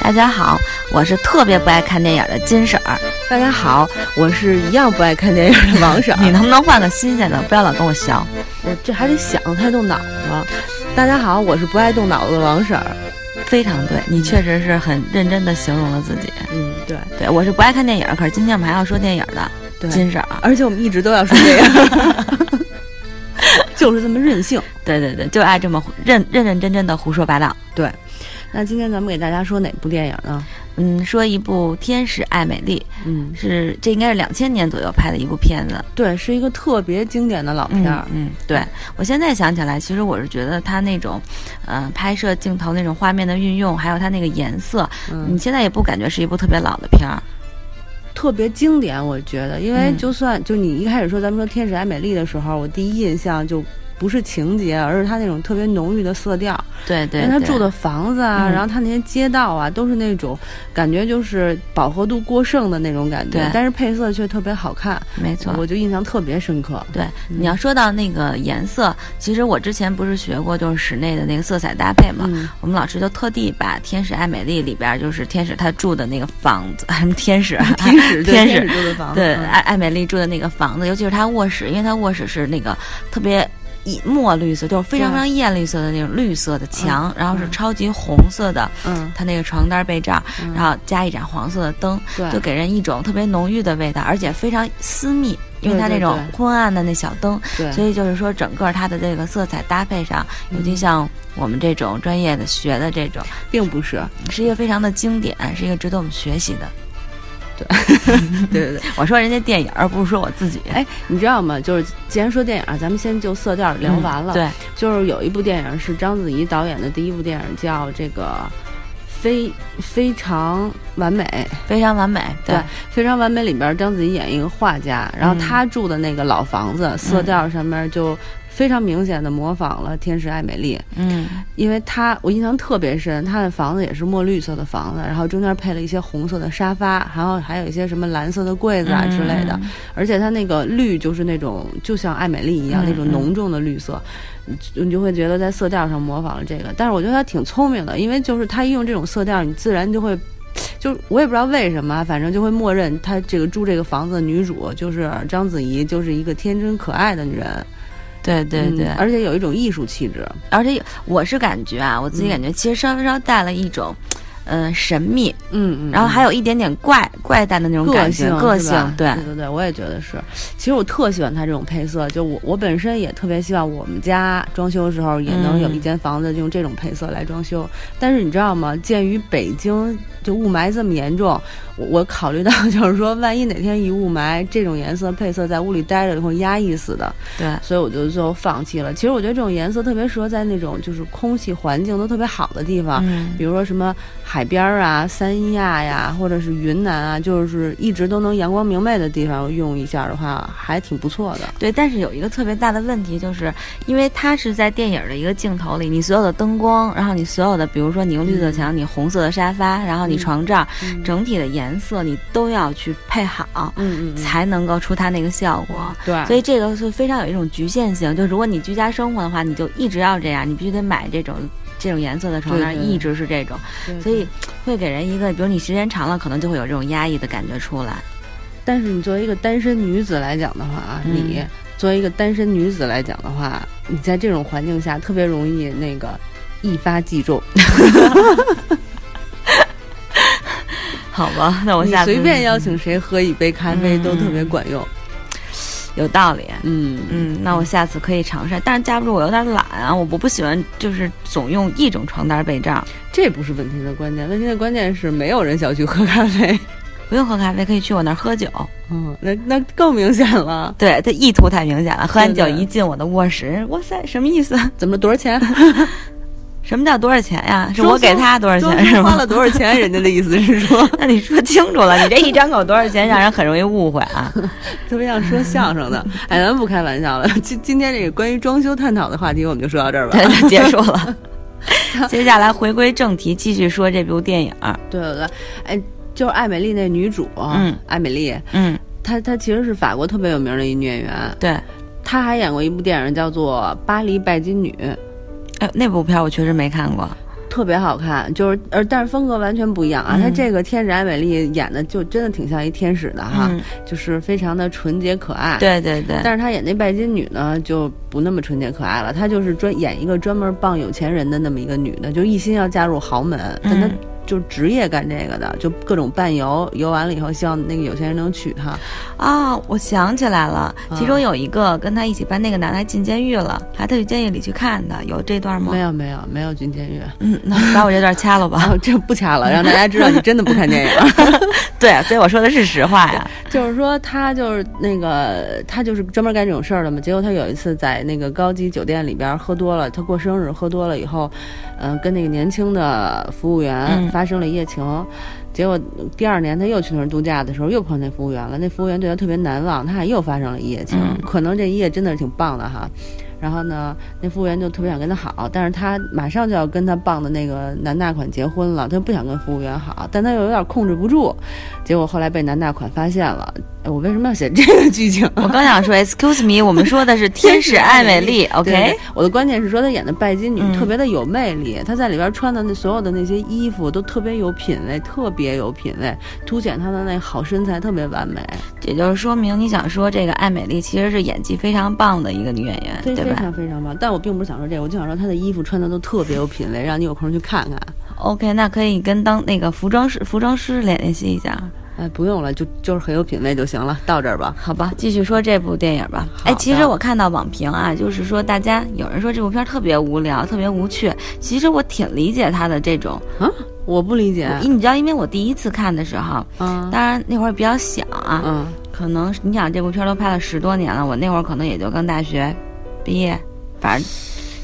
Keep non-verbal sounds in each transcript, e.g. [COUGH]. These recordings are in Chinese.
大家好，我是特别不爱看电影的金婶儿。大家好，我是一样不爱看电影的王婶你能不能换个新鲜的？不要老跟我削。儿，这还得想才动脑子。大家好，我是不爱动脑子的王婶儿。非常对，你确实是很认真的形容了自己。嗯，对对我是不爱看电影，可是今天我们还要说电影的对金婶儿。啊而且我们一直都要说这 [LAUGHS] 样，就是这么任性。对对对，就爱这么胡认认认真真的胡说八道。那今天咱们给大家说哪部电影呢？嗯，说一部《天使爱美丽嗯》，，是这应该是两千年左右拍的一部片子。对，是一个特别经典的老片儿。嗯，嗯对我现在想起来，其实我是觉得它那种，呃，拍摄镜头那种画面的运用，还有它那个颜色，你嗯，现在也不感觉是一部特别老的片儿。啊特别经典，我觉得，因为嗯就算就你一开始说咱们说《天使爱美丽》的时候，我第一印象就不是情节，而是它那种特别浓郁的色调。对对因为他住的房子啊，嗯然后他那些街道啊，都是那种感觉就是饱和度过剩的那种感觉对，但是配色却特别好看，没错。我就印象特别深刻。对，嗯你要说到那个颜色，其实我之前不是学过，就是室内的那个色彩搭配嘛。嗯， [LAUGHS] 我们老师就特地把《天使爱美丽》里边儿就是天使她住的那个房子， [LAUGHS] 什么天使啊，天使对天使天使住的房子，对，哎嗯艾艾美丽住的那个房子，尤其是她卧室，因为她卧室是那个特别以墨绿色，就是非常对非常艳绿色的那种绿色的墙，然后是嗯超级红色的，嗯，她那个床单被罩，嗯然后加一盏黄色的灯，就对，给人一种特别浓郁的味道，而且非常私密，因为它那对对种对昏暗的那小灯，对，所以就是说整个它的这个色彩搭配上，尤其嗯像我们这种专业的学的这种，并不是，是一个非常的经典，是一个值得我们学习的。对 [LAUGHS] 对对。我说人家电影，而不是说我自己。哎，你知道吗？就是既然说电影啊，咱们先就色调聊完嗯，了。对。就是有一部电影是章子怡导演的第一部电影，叫这个。非非常完美，非常完美，对对，《非常完美》里边，章子怡演一个画家，然后嗯她住的那个老房子、色调上面就非常明显的模仿了《天使爱美丽》，嗯，因为她我印象特别深，她的房子也是墨绿色的房子，然后中间配了一些红色的沙发，然后还有一些什么蓝色的柜子啊之类的，嗯而且它那个绿就是那种就像爱美丽一样、嗯那种浓重的绿色，你你就会觉得在色调上模仿了这个。但是我觉得他挺聪明的，因为就是他一用这种色调，你自然就会，就是我也不知道为什么啊，反正就会默认他这个住这个房子的女主就是章子怡，就是一个天真可爱的女人，对对对，嗯而而且有一种艺术气质，而且我是感觉啊，我自嗯己感觉其实稍微稍微带了一种。嗯，神秘，嗯嗯，然后还有。有一点点怪怪诞的那种个感觉性，，个是性吧，嗯对，对对对，我也觉得是。其实我特喜欢它这种配色，就我我本身也特别希望我们家装修的时候也能有一嗯间房子用这种配色来装修。但是你知道吗？鉴于北京就雾霾这么严重，我我考虑到 [LAUGHS] 就是说，万一哪天一雾霾，这种颜色配色在屋里待着会压抑死的，对，所以我就最后放弃了。其实我觉得这种颜色特别适合在那种就是空气环境都特别好的地方，嗯比，如说什么海边儿啊、三亚呀，或者是云南啊，就是一直都能阳光明媚的地方用一下的话，还挺不错的。对。但是有一个特别大的问题，就是因为它是在电影的一个镜头里，你所有的灯光，然后你所有的，比如说你用绿色墙，你红色的沙发，然后你嗯床罩，嗯整体的颜色你都要去配好，嗯嗯，才能够出它那个效果。对，所以这个是非常有一种局限性，就如果你居家生活的话，你就一直要这样，你必须得买这种这种颜色的床单，对对一直是这种，对所以会给人一个，比如你时间长了，可能就会有这种压抑的感觉出来。但是你作为一个单身女子来讲的话啊，嗯你作为一个单身女子来讲的话，你在这种环境下特别容易那个一发即中，好吧， [LAUGHS] 那我你下次随便邀请谁喝一杯咖啡嗯都特别管用。有道理。嗯嗯，那我下次可以尝试，但是架不住我有点懒啊，我不不喜欢就是总用一种床单被罩。这不是问题的关键，问题的关键是没有人想去喝咖啡。不用喝咖啡，可以去我那儿喝酒。嗯， [LAUGHS] 那那更明显了。对，这意图太明显了。喝完酒对对一进我的卧室，哇塞，什么意思？怎么了多少钱？什么叫多少钱呀？是装我给修他多少装钱是修吗？花了多少钱？人家的意 [LAUGHS] 思是说， [LAUGHS] 那你说清楚了，你这一张口多少钱，让人很容易误会啊。特别像说相声的。哎，咱们不开玩笑了。 [LAUGHS] 今今天这个关于装修探讨的话题，我们就说到 [LAUGHS] 这儿吧。对，就结束 [LAUGHS] 了。接下来回归正题，继续说这部电影。对对对，哎，就是艾美丽那女主，嗯，艾美丽，嗯，她她其实是法国特别有名的一女演员，对，她还演过一部电影叫做《巴黎拜金女》。呃哎，那部片我确实没看过。特别好看，就是呃，但是风格完全不一样啊。嗯她这个天使艾美丽演的就真的挺像一天使的哈，嗯，就是非常的纯洁可爱。。对对对，但是她演那拜金女呢，就不那么纯洁可爱了。她就是专演一个专门傍有钱人的那么一个女的，就一心要嫁入豪门，但她嗯就职业干这个的，就各种伴游，游完了以后希望那个有钱人能娶她。啊、我想起来了，嗯其中有一个跟他一起搬那个男的还进监狱了，还特去监狱里去看的，有这段吗没？有没有没有进监狱，嗯，那 [LAUGHS] 把我这段掐了 [LAUGHS] 吧。啊，这不掐了，让大家知道你真的不看电影。对，所以我说的是实话 [LAUGHS] 呀。就是说，他就是那个，他就是专门干这种事儿的嘛。结果他有一次在那个高级酒店里边喝多了，他过生日喝多了以后，嗯、跟那个年轻的服务员嗯发生了一夜情。结果第二年他又去那儿度假的时候，又碰见服务员了。那服务员对他特别难忘，他俩又发生了一夜情。嗯可能这一夜真的是挺棒的哈。然后呢，那服务员就特别想跟他好，但是他马上就要跟他傍的那个男大款结婚了，他不想跟服务员好，但他又有点控制不住，结果后来被男大款发现了。哎，我为什么要写这个剧情啊？我刚想说，Excuse me，我们说的是天使艾美丽对对，OK？对我的观点是说，她演的拜金女嗯特别的有魅力，她在里边穿的那所有的那些衣服都特别有品位，特别有品位，凸显她的那好身材特别完美，也就是说明你想说这个艾美丽其实是演技非常棒的一个女演员，非对非吧常非常棒。但我并不是想说这个，我就想说她的衣服穿的都特别有品位，让你有空去看看。 ？OK，那可以跟当那个服装师服装师联联系一下。哎，不用了，就就是很有品位就行了。到这儿吧，好吧，继续说这部电影吧。好哎，的其实我看到网评啊，就是说大家有人说这部片儿特别无聊，特别无趣。其实我挺理解他的这种，我不理解。因你知道，因为我第一次看的时候，嗯当然那会儿比较小啊，嗯，可能是你想这部片儿都拍了十多年了，我那会儿可能也就刚大学毕业，反正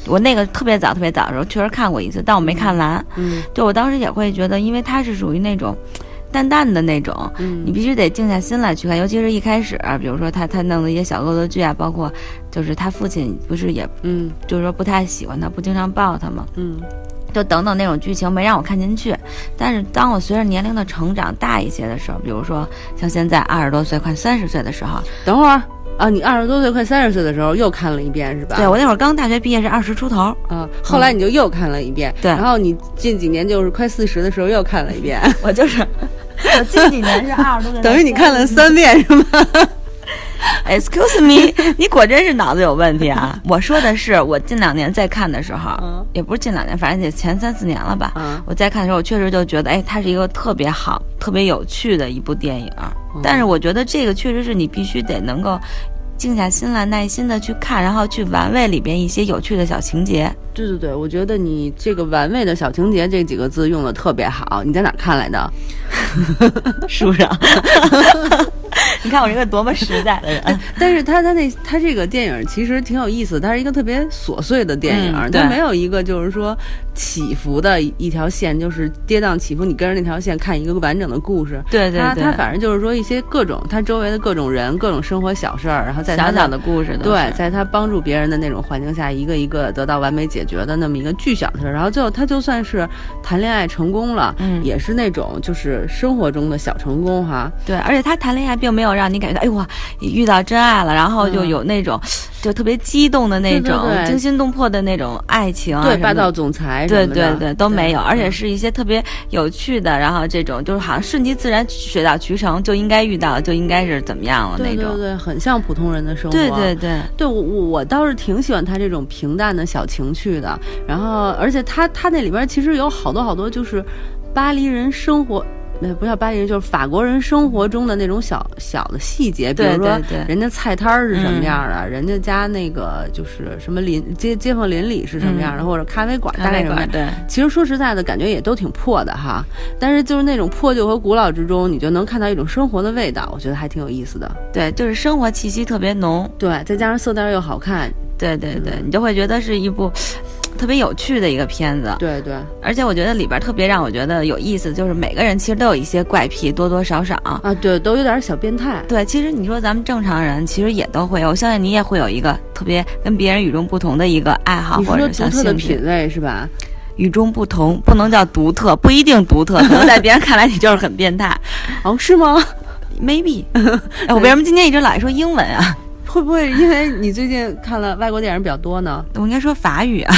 我那个特别早特别早的时候确实看过一次，但我没看完。嗯就我当时也会觉得，因为它是属于那种淡淡的那种，嗯你必须得静下心来去看，尤其是一开始，啊比如说他他弄的一些小恶作剧啊，包括就是他父亲不是也嗯就是说不太喜欢他，不经常抱他嘛，嗯就等等那种剧情没让我看进去。但是当我随着年龄的成长大一些的时候，比如说像现在二十多岁快三十岁的时候，等会儿啊，你二十多岁快三十岁的时候又看了一遍是吧？对我那会儿刚大学毕业是二十出头， [LAUGHS] 啊，后来你就又看了一遍，嗯对然后你近几年就是快四十的时候又看了一遍， [LAUGHS] 我就是。我近几年是二十多岁等于你看了三遍是吗？ Excuse me，你果真是脑子有问题啊！我说的是，我近两年再看的时候，嗯也不是近两年，反正也前三四年了吧。啊，我再看的时候，我确实就觉得，哎，它是一个特别好、特别有趣的一部电影。嗯但是我觉得这个确实是你必须得能够静下心来、耐心的去看，然后去玩味里边一些有趣的小情节。对对对，我觉得你这个玩味的小情节这几个字用的特别好，你在哪儿看来的？书上，你看我是个多么实在的人。但是他他那他这个电影其实挺有意思，它是一个特别琐碎的电影，嗯它对没有一个就是说起伏的一条线，就是跌宕起伏，你跟着那条线看一个完整的故事。对对他对，他反正就是说一些各种他周围的各种人、各种生活小事儿，然啊后在他小的小的故事都是对，在他帮助别人的那种环境下，一个一个得到完美解决的那么一个巨小的事儿，然后最后他就算是谈恋爱成功了，嗯也是那种就是生活中的小成功哈。对，而且他谈恋爱并没有让你感觉到，哎呦哇，遇到真爱了，然后就嗯有那种、就特别激动的那对对种对惊心动魄的那种爱情啊对，什么霸的道总裁什对么对的，嗯对，都没有，而且是一些特别有趣的，然后这种就是好像顺其自然、水到渠成，就应该遇到，就应该是怎么样了对啊那对种。对，很像普通人的生活。对对对，对我我我倒是挺喜欢他这种平淡的小情趣的，然后而且他他那里边其实有好多好多就是巴黎人生活。呃，不叫巴黎人，就是法国人生活中的那种小小的细节，比对如说对嗯对人家菜摊儿是什么样儿的，啊人家家那个就是什么邻街街坊邻里是什么样儿的，或者咖啡馆嗯大咖概啡什么馆样儿。对。其实说实在的，感觉也都挺破的哈，但是就是那种破旧和古老之中，你就能看到一种生活的味道，我觉得还挺有意思的。对，就是生活气息特别浓，对，再加上色调又好看，对对对，嗯你就会觉得是一部特别有趣的一个片子。对对。而且我觉得里边特别让我觉得有意思，就是每个人其实都有一些怪癖，多多少少。啊，对，都有点小变态。对，其实你说咱们正常人其实也都会有，我相信你也会有一个特别跟别人与众不同的一个爱好你是或说者独像特的兴趣品。味是吧？与众不同，不能叫独特，不一定独特，可 [LAUGHS] 能在别人看来你就是很变态哦，是吗？ [LAUGHS] ，maybe。哎，我 [LAUGHS] 为什么今天一直老爱说英文 [LAUGHS] 啊？会不会因为你最近看了外国电影比较多呢？ [LAUGHS] [LAUGHS] 我应该说法语啊。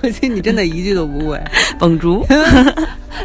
可惜你真的一句都不会。绷住。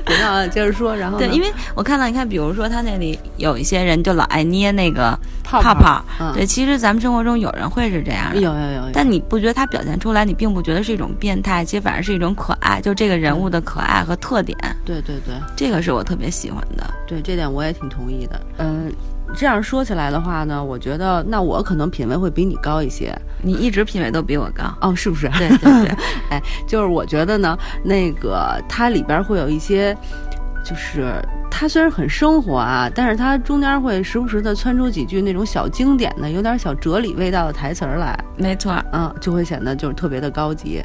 别闹了，接着说。然后对，因为为我看到你看，比如说他那里有一些人就老爱捏那个泡泡泡，泡，嗯，哎对，其实咱们生活中有人会是这样的有，有有有，但你不觉得他表现出来，你并不觉得是一种变态，其实反而是一种可爱，就这个人物的可爱和特点，对对对这个是我特别喜欢的。对，这点我也挺同意的。呃嗯，这样说起来的话呢，我觉得那我可能品味会比你高一些你一直品味都比我高，哦，是不是？对对对，就是我觉得呢，那个它里边会有一些，就是它虽然很生活啊，但是它中间会时不时的窜出几句那种小经典的、有点小哲理味道的台词儿来， [LAUGHS] 没错。嗯，就会显得就是特别的高级。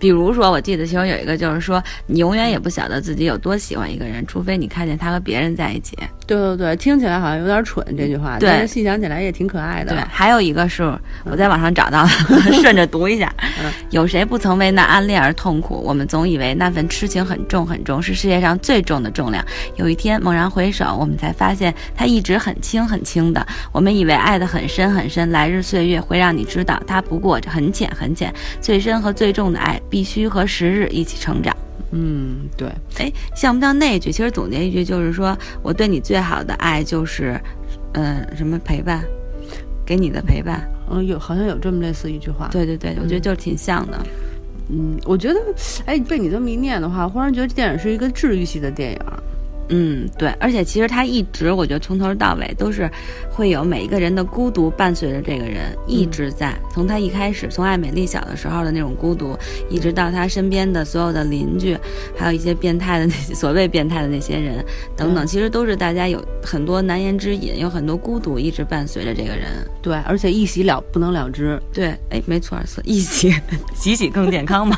比如说，我记得其中有一个就是说，你永远也不晓得自己有多喜欢一个人，除非你看见他和别人在一起。对对对，听起来好像有点蠢这句话，对但是细想起来也挺可爱的。对，还有一个是我在网上找到的，顺着读一下嗯。有谁不曾为那暗恋而痛苦？我们总以为那份痴情很重很重，是世界上最重的重量。有一天猛然回首，我们才发现它一直很轻很轻的。我们以为爱得很深很深，来日岁月会让你知道，它不过很浅很浅。最深和最重的爱，必须和时日一起成长。嗯，对，哎，像不像那一句？其实总结一句就是说，我对你最好的爱就是，嗯、什么陪伴，给你的陪伴。嗯，有好像有这么类似一句话。，对对对，我觉得就是挺像的。嗯，我觉得，哎，被你这么一念的话，忽然觉得这电影是一个治愈系的电影。嗯，对，而且其实他一直，我觉得从头到尾都是会有每一个人的孤独伴随着这个人一直在，从他一开始，从艾美丽小的时候的那种孤独，一直到他身边的所有的邻居，还有一些变态的那些所谓变态的那些人等等，其实都是大家有很多难言之隐，有很多孤独一直伴随着这个人。对，而且一洗了不能了 [LAUGHS] 之，对，哎，没错，所 [LAUGHS] 以一起洗洗更健康嘛。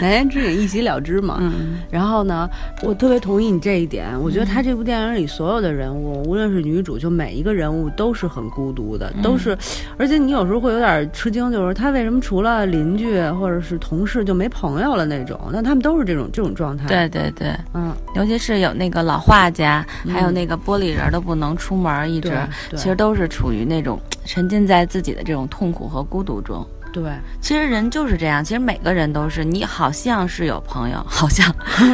难言之哎隐，一洗了之嘛。嗯，然后呢，我特别同意你这一点。我觉得他这部电影里所有的人嗯物，无论是女主，就每一个人物都是很孤独的，都是，而且你有时候会有点吃惊，就是他为什么除了邻居或者是同事就没朋友了那种？但他们都是这种这种状态。，对对对。嗯，尤其是有那个老画家，还有那个玻璃人儿都不能出门儿，一直对对其实都是处于那种沉浸在自己的这种痛苦和孤独中。对，其实人就是这样，其实每个人都是，你好像是有朋友， [LAUGHS] 好 [LAUGHS] 像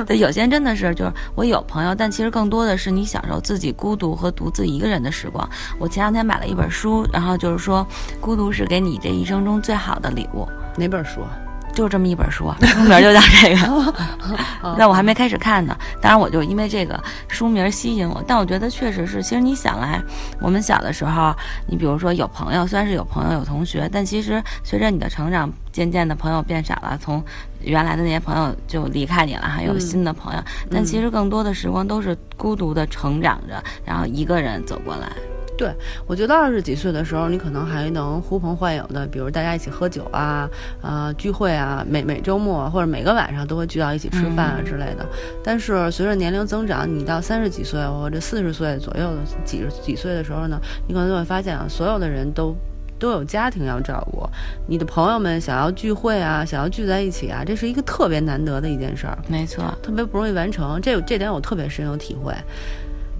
对，有些人真的是就是我有朋友，但其实更多的是你享受自己孤独和独自一个人的时光。我前两天买了一本书，然后就是说，孤独是给你这一生中最好的礼物，哪本书？就这么一本书，啊书名就叫这 [LAUGHS] 个。哦那我还没开始看呢，当然我就因为这个书名吸引我，但我觉得确实是，其实你想来，我们小的时候，你比如说有朋友，虽然是有朋友有同学，但其实随着你的成长，渐渐的朋友变少了，从原来的那些朋友就离开你了，还有嗯新的朋友，但其实更多的时光都是孤独的成长着，然后一个人走过来。我觉得二十几岁的时候，你可能还能呼朋唤友的，比如大家一起喝酒啊，呃，聚会啊，每每周末啊或者每个晚上都会聚到一起吃饭啊之类的。但是随着年龄增长，你到三十几岁或者四十岁左右的几十几岁的时候呢，你可能就会发现啊，所有的人都。都有家庭要照顾，你的朋友们想要聚会啊，想要聚在一起啊，这是一个特别难得的一件事儿。没错，特别不容易完成，这这点我特别深有体会。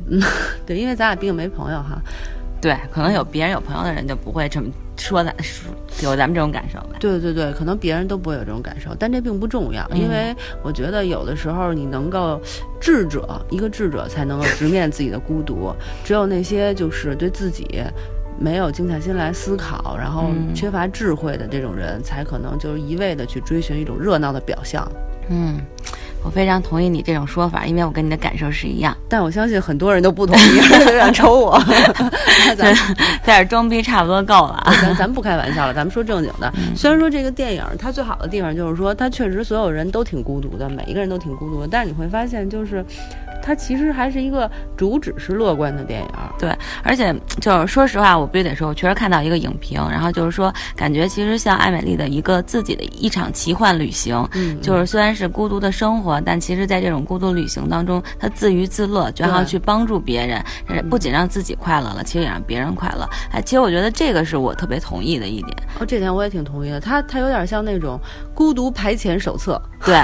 嗯， [LAUGHS] 对，因为咱俩毕竟没朋友哈。对，可能有别人有朋友的人就不会这么说咱说有咱们这种感受呗。对对对，可能别人都不会有这种感受，但这并不重要，因为我觉得有的时候你能够智者，一个智者才能够直面自己的孤独，只有那些就是对自己。没有静下心来思考，然后嗯缺乏智慧的这种人，才可能就是一味的去追寻一种热闹的表象。嗯，我非常同意你这种说法，因为我跟你的感受是一样。 [LAUGHS] 但我相信很多人都不同意， [LAUGHS] 都想抽我。 [LAUGHS] 那咱们在这装逼差不多够了啊。咱咱不开玩笑了，咱们说正经的。虽然说这个电影它最好的地方就是说，它确实所有人都挺孤独的，每一个人都挺孤独的，但是你会发现，就是它其实还是一个主旨是乐观的电影。而且就是说实话，我必须得说，我确实看到一个影评，然后就是说，感觉其实像艾美丽的一个自己的一场奇幻旅行。嗯就是虽然是孤独的生活，但其实，在这种孤独旅行当中，她自娱自乐，然后对去帮助别人，呃不仅让自己快乐了，其实也让别人快乐。哎，其实我觉得这个是我特别同意的一点。哦，这点我也挺同意的。它它有点像那种孤独排遣手册。 [LAUGHS] 对，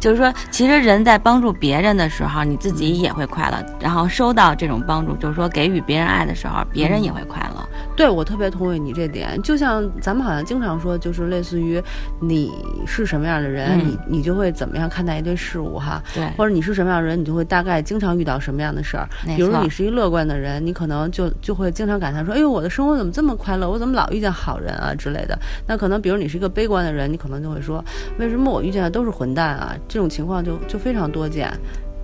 就是说，其实人在帮助别人的时候，你自嗯己也会快乐，然后收到这种帮助，就是说给予别人爱的时候，别人也会快乐。对我特别同意你这点，就像咱们好像经常说，就是类似于你是什么样的人，嗯你你就会怎么样看待一堆事物哈，对，或者你是什么样的人，你就会大概经常遇到什么样的事儿。没比如说错你是一乐观的人，你可能就就会经常感叹说：“哎呦，我的生活怎么这么快乐？我怎么老遇见好人啊之类的。”那可能比如你是一个悲观的人，你可能就会说：“为什么我遇见的都是混蛋啊？”这种情况就就非常多见。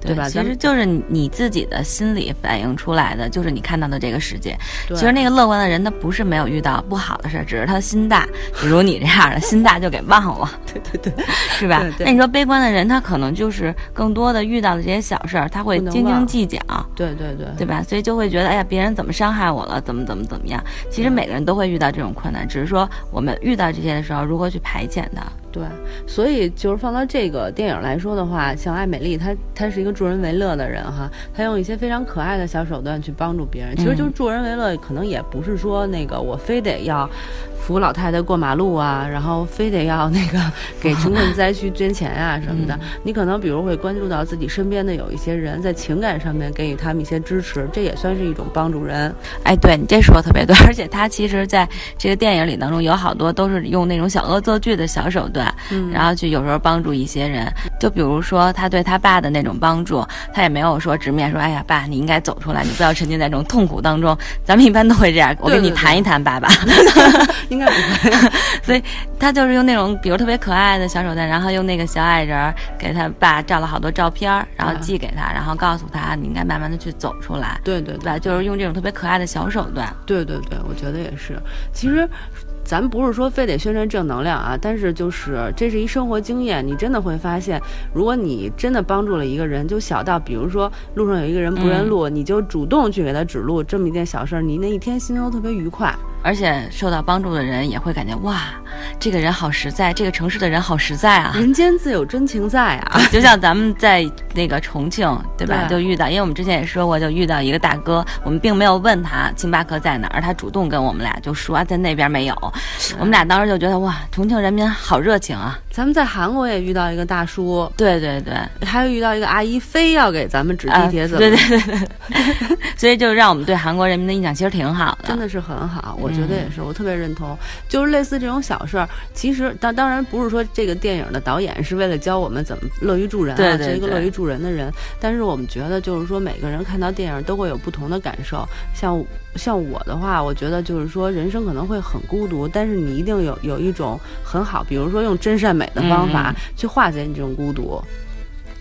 对吧其咱实们就是你你自己的心理反映出来的，就是你看到的这个世界。对其实那个乐观的人，他不是没有遇到不好的事儿，只是他心大，比如你这样的心大就给忘了， [LAUGHS] 对对 [LAUGHS] 对，是吧对？对那你说悲观的人，他可能就是更多的遇到的这些小事儿，他会不能斤斤忘计较，对对对对吧？所以就会觉得，哎呀，别人怎么伤害我了，怎么怎么怎么样。其实每个人都会遇到这种困难，只是说我们遇到这些的时候，如何去排遣它。对，所以就是放到这个电影来说的话，像艾美丽，她她是一个助人为乐的人哈，她用一些非常可爱的小手段去帮助别人。其实就是助人为乐，可能也不是说那个我非得要扶老太太过马路啊，然后非得要那个给穷困灾区捐钱啊什么的。你可能比如会关注到自己身边的有一些人在情感上面给予他们一些支持，这也算是一种帮助人。哎，对你这说的特别对， [LAUGHS] 而且他其实在这个电影里当中有好多都是用那种小恶作剧的小手段，嗯然后去有时候帮助一些人，就比如说他对他爸的那种帮助，他也没有说直面说，哎呀，爸，你应该走出来，你不要沉浸在这种痛苦当中。咱们一般都会这样，我对跟你对对谈一谈，爸爸。应该不会。他就是用那种比如特别可爱的小手段，然后用那个小矮人儿给他爸照了好多照片儿，然后啊寄给他，然后告诉他你应该慢慢的去走出来，对对对对。吧？就是用这种特别可爱的小手段。对对对，我觉得也是。其实，咱不是说非得宣传正能量啊，但是就是这是一生活经验，你真的会发现，如果你真的帮助了一个人，就小到比如说路上有一个人不认路，你就主动去给他指路，这么一件小事儿，你那一天心情都特别愉快。而且受到帮助的人也会感觉哇，这个人好实在，这个城市的人好实在啊。人间自有真情在啊。 [LAUGHS] 就像咱们在那个重庆，对吧？对就遇到，因为我们之前也说过，就遇到一个大哥，我们并没有问他星巴克在哪儿，他主动跟我们俩就说啊，在那边没有。我们俩当时就觉得哇，重庆人民好热情啊！咱们在韩国也遇到一个大叔，对对对，还有遇到一个阿姨，非要给咱们指地铁怎啊对么对对对， [LAUGHS] 所以就让我们对韩国人民的印象其实挺好的。真的是很好，我觉得嗯也是，我特别认同。就是类似这种小事儿，其实当当然不是说这个电影的导演是为了教我们怎么乐于助人啊，对对是一个对乐于助人的人。但是我们觉得就是说，每个人看到电影都会有不同的感受。像像我的话，我觉得就是说，人生可能会很孤独，但是你一定有有一种很好，比如说用真善美的方法嗯去化解你这种孤独。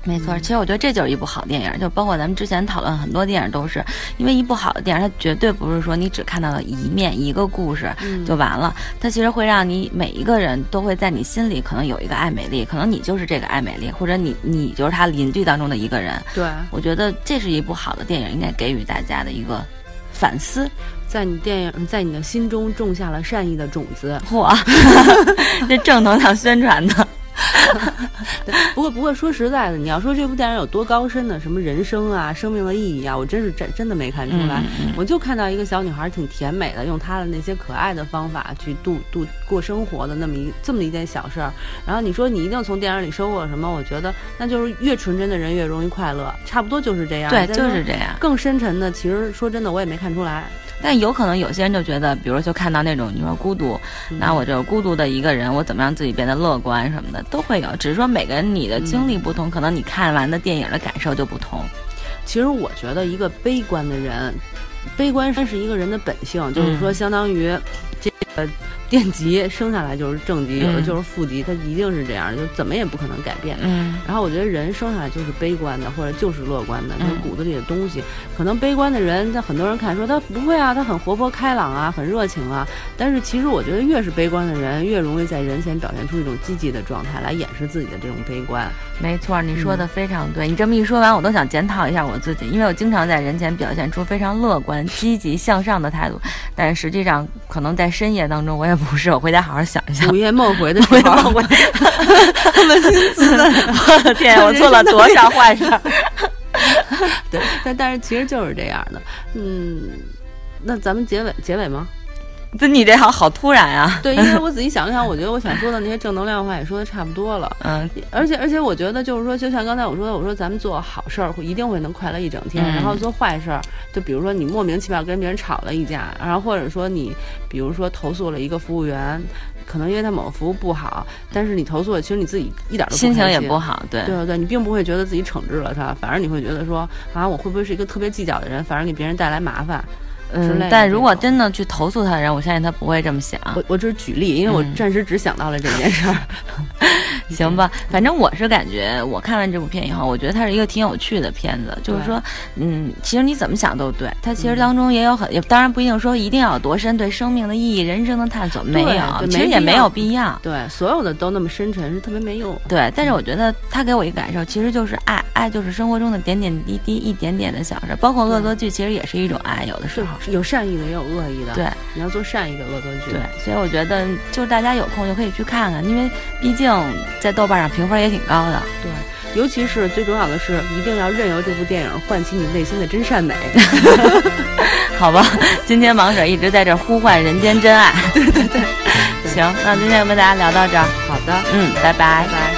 没错，嗯其实我觉得这就是一部好电影，就包括咱们之前讨论很多电影都是，因为一部好的电影，它绝对不是说你只看到了一面一个故事嗯就完了，它其实会让你每一个人都会在你心里可能有一个艾美丽，可能你就是这个艾美丽，或者你你就是她邻居当中的一个人。对，我觉得这是一部好的电影应该给予大家的一个反思。在你电影在你的心中种下了善意的种子。 [LAUGHS] 嚯， [LAUGHS] 这正能量宣传的。不过，不过说实在的，你要说这部电影有多高深呢？什么人生啊、生命的意义啊，我真是真真的没看出来。嗯我就看到一个小女孩挺甜美的，用她的那些可爱的方法去度度过生活的那么一这么一件小事儿。然后你说你一定从电影里收获了什么？我觉得那就是越纯真的人越容易快乐，差不多就是这样。对，再就说是这样。更深沉的，其实说真的我也没看出来。但有可能有些人就觉得，比如就看到那种你说孤独，嗯那我就孤独的一个人，我怎么让自己变得乐观什么的都会有，只是说每个人你的经历不同，可能你看完的电影的感受就不同。其实我觉得一个悲观的人，悲观是一个人的本性，嗯就是说相当于这个电极生下来就是正极，有的嗯就是负极，它一定是这样，就怎么也不可能改变。嗯，然后我觉得人生下来就是悲观的，或者就是乐观的，就嗯是骨子里的东西。可能悲观的人，他很多人看说他不会啊，他很活泼开朗啊，很热情啊。但是其实我觉得越是悲观的人，越容易在人前表现出一种积极的状态来掩饰自己的这种悲观。没错，你说的非常对。你这么一说完，我都想检讨一下我自己，因为我经常在人前表现出非常乐观、积 [LAUGHS] 极向上的态度，但实际上可能在深夜当中我也不是。我回家好好想一 [LAUGHS] 想午。夜梦回的时候， [LAUGHS] 我我的天，我做了多少坏事儿？对， [LAUGHS] 但但是其实就是这样的。嗯，那咱们结尾结尾吗？这你这好好突然啊，对，因为我仔细想了想，我觉得我想说的那些正能量话也说的差不多了。嗯，而且而且，我觉得就是说，就像刚才我说的，我说咱们做好事儿会一定会能快乐一整天，嗯然后做坏事儿，就比如说你莫名其妙跟别人吵了一架，然后或者说你比如说投诉了一个服务员，可能因为他某个服务不好，但是你投诉了，其实你自己一点儿都不心情开也不好，对，对对对，你并不会觉得自己惩治了他，反而你会觉得说啊，我会不会是一个特别计较的人，反而给别人带来麻烦？之类嗯的，但这如果种真的去投诉他的人，我相信他不会这么想。我我只是举例，因为我啊嗯暂时只想到了这件事儿。 [LAUGHS] 行吧，反正我是感觉，我看完这部片以后，我觉得它是一个挺有趣的片子。就是说，嗯，其实你怎么想都对，它其实当中也有很，也当然不一定说一定要有多深，对生命的意义、人生的探索没对有，对其没实也必没要有必要。 [LAUGHS] 对，所有的都那么深沉是特别没用。对，但是我觉得他给我一个感受，其实就是爱，爱就是生活中的点点滴滴、一点点的小事，包括恶作剧，其实也是一种爱，有的时是候。有善意的，也有恶意的。对，你要做善意的恶作剧。对，所以我觉得就是大家有空就可以去看看，因为毕竟在豆瓣上评分也挺高的。 [LAUGHS] 对，尤其是最重要的是，一定要任由这部电影唤起你内心的真善 [LAUGHS] 美。好吧， [LAUGHS] 今天芒婶一直在这儿呼唤人 [LAUGHS] 间真爱。对对对，行，那今天就跟大家聊到这儿，好的，嗯，拜拜拜拜。